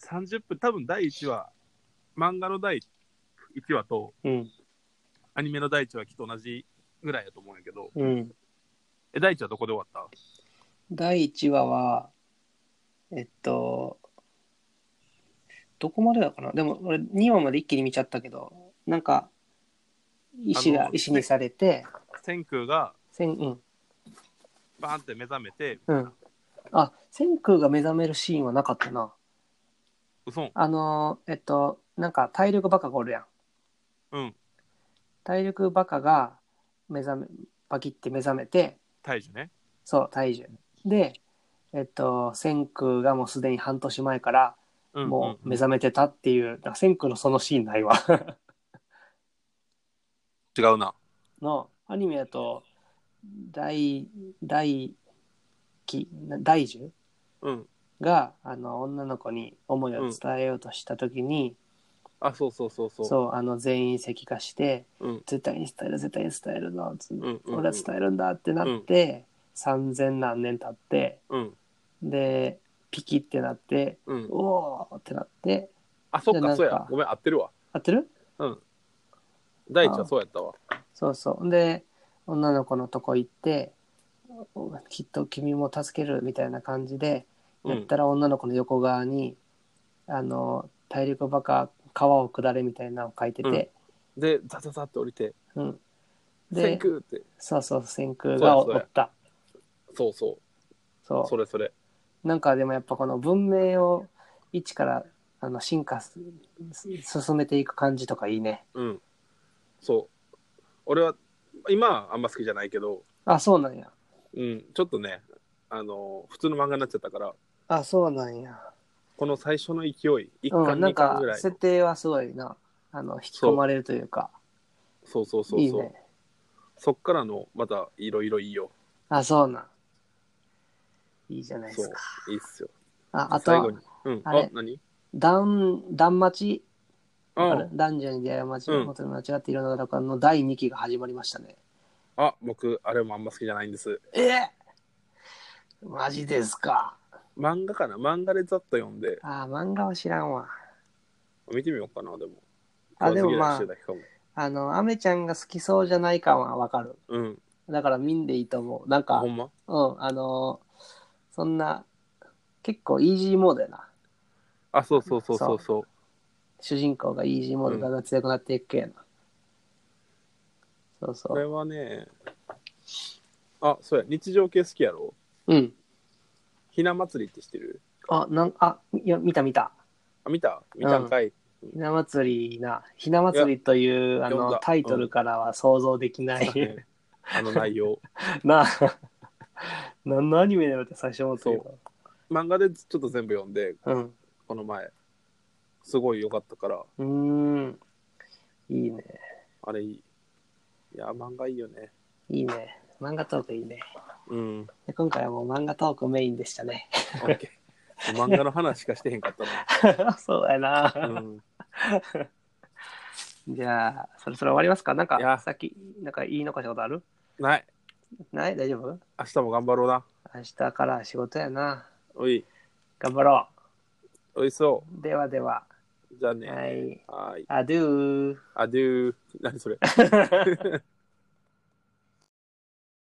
S2: 話30分、多分第1話、漫画の第1話と
S1: うん、
S2: アニメの第1話きっと同じぐらいやと思うんやけど、
S1: うん。
S2: え、第1話どこで終わっ
S1: 第1話は、えっと、どこまでだかなでも、俺、2話まで一気に見ちゃったけど、なんか、石
S2: あ
S1: が
S2: の、
S1: 石にされて、
S2: た千空が
S1: せん、うん。
S2: バーンって目覚めて、
S1: うん。あ、千空が目覚めるシーンはなかったな。
S2: 嘘ん
S1: あのーえっと、なんか体力バカがおるやん。
S2: うん、
S1: 体力バカが目覚め、バキって目覚めて、
S2: 大樹ね。
S1: そう、体重。で、えっと、千空がもうすでに半年前から
S2: うん、
S1: もう目
S2: ん
S1: 覚めてたっていう、だから千空のそのシーンないわ。
S2: 違うな。
S1: のアニメだと、大、大、き、な大樹
S2: うん。
S1: が、あの、女の子に思いを伝えようとしたときに、
S2: あ、そうそうそうそう。
S1: そう、あの、全員石化して、
S2: うん。
S1: 絶対に伝える、絶対に伝えるの、つ
S2: うんうんうん
S1: 俺は伝えるんだってなって、3000何年経って、
S2: うん。
S1: で、ピキってなって、
S2: うん。
S1: おーってなって、
S2: あ、そ
S1: じゃ
S2: っ
S1: あなん
S2: か、
S1: か
S2: そうや。ごめん、合ってるわ。
S1: 合ってる
S2: うん。第一はそうやったわ。
S1: そうそう。で、女の子のとこ行って、おきっと君も助けるみたいな感じで、
S2: う
S1: やっ
S2: ん。
S1: たら女の子の横側に、あの、大陸バカ、川を下れみたいなのを書いてて、
S2: で、ザザザって降りて、
S1: うん。
S2: セン
S1: で、
S2: クって。
S1: そうそう、千空がお
S2: そう
S1: お
S2: やそうや
S1: った。
S2: そうそ
S1: そう
S2: う。それそれ。
S1: なんかでもやっぱこの文明を一からあの進化すす進めていく感じとかいいね。
S2: うん。そう。俺は、今はあんま好きじゃないけど、
S1: あ、そうなんや。
S2: うん、ちょっとね、あの、普通の漫画になっちゃったから、
S1: あ、そうなんや。
S2: この最初の勢い、一
S1: う
S2: 巻、
S1: ん、な
S2: 二
S1: ん
S2: 巻
S1: か
S2: ぐらい。
S1: 設定はすごいな。あの、引き込まれるというか。
S2: そうそうそうそう。
S1: いいね。
S2: そっからの、また、いろいろいいよ。
S1: あ、そうなん。いいじゃないで
S2: そ
S1: すか。
S2: う。いいっすよ。
S1: あ、あと
S2: 最後
S1: は
S2: に、。うん。
S1: あれ
S2: あ、何
S1: 段、段待ち、あ
S2: あ
S1: る男女に出会い待ち、
S2: うん
S1: 本当に間違っているのだろうかの第2期が始まりましたね。
S2: あ、僕、あれもあんま好きじゃないんです。
S1: えマジですか。
S2: 漫画かな漫画でざっと読んで、
S1: あ、漫画は知らんわ。
S2: 見てみようかな、でも。
S1: あ、でもまあ
S2: 食わず嫌いしてる、だけかも
S1: あの、アメちゃんが好きそうじゃない感はわかる。
S2: うん。
S1: だから見んでいいと思う。なんか、
S2: ほ
S1: うん
S2: ま
S1: ん、あのーそんな、結構イージーモードやな。
S2: あ、そうそうそうそうそう。
S1: 主人公がイージーモードが強くなっていくやな。そうそ
S2: これ
S1: う。
S2: はね、あ、そうや、日常系好きやろ
S1: うん。
S2: ひな祭りって知ってる
S1: あ、なん、あ、いや、見た見た。
S2: あ、見た見たんかい、
S1: ひな祭りな。ひな祭りという、あ
S2: 読ん
S1: の
S2: だ、
S1: タイトルからは想像できない。
S2: あの内容。
S1: なあ。何のアニメだよって最初思ってたけど。
S2: 漫画でちょっと全部読んで、
S1: うん。
S2: この前。すごい良かったから、
S1: うーん。いいね。
S2: あれいい。いや、漫画いいよね。
S1: いいね。漫画トークいいね。
S2: うん。
S1: で今回はもう漫画トークメインでしたね。
S2: オッケー。漫画の話しかしてへんかった
S1: そうや
S2: な。
S1: な。
S2: うん。
S1: じゃあ、そろそろ終わりますかなん
S2: いや
S1: か、さっき、なんか言い残したことある
S2: ない。
S1: ない大丈夫
S2: 明日も頑張ろうな。
S1: 明日から仕事やな。
S2: おい、
S1: 頑張ろ。
S2: おいしそう
S1: ではでは。
S2: う。じゃあね。
S1: はい。
S2: はい。
S1: アドゥー。
S2: アデュー。何それ。